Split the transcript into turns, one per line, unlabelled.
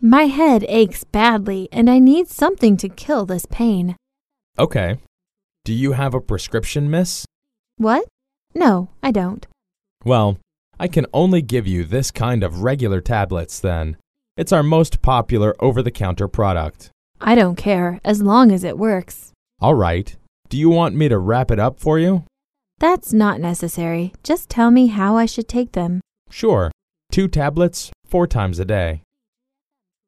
My head aches badly, and I need something to kill this pain.
Okay. Do you have a prescription, miss?
What? No, I don't.
Well, I can only give you this kind of regular tablets then. It's our most popular over the counter product.
I don't care, as long as it works.
All right. Do you want me to wrap it up for you?
That's not necessary. Just tell me how I should take them.
Sure. Two tablets, four times a day.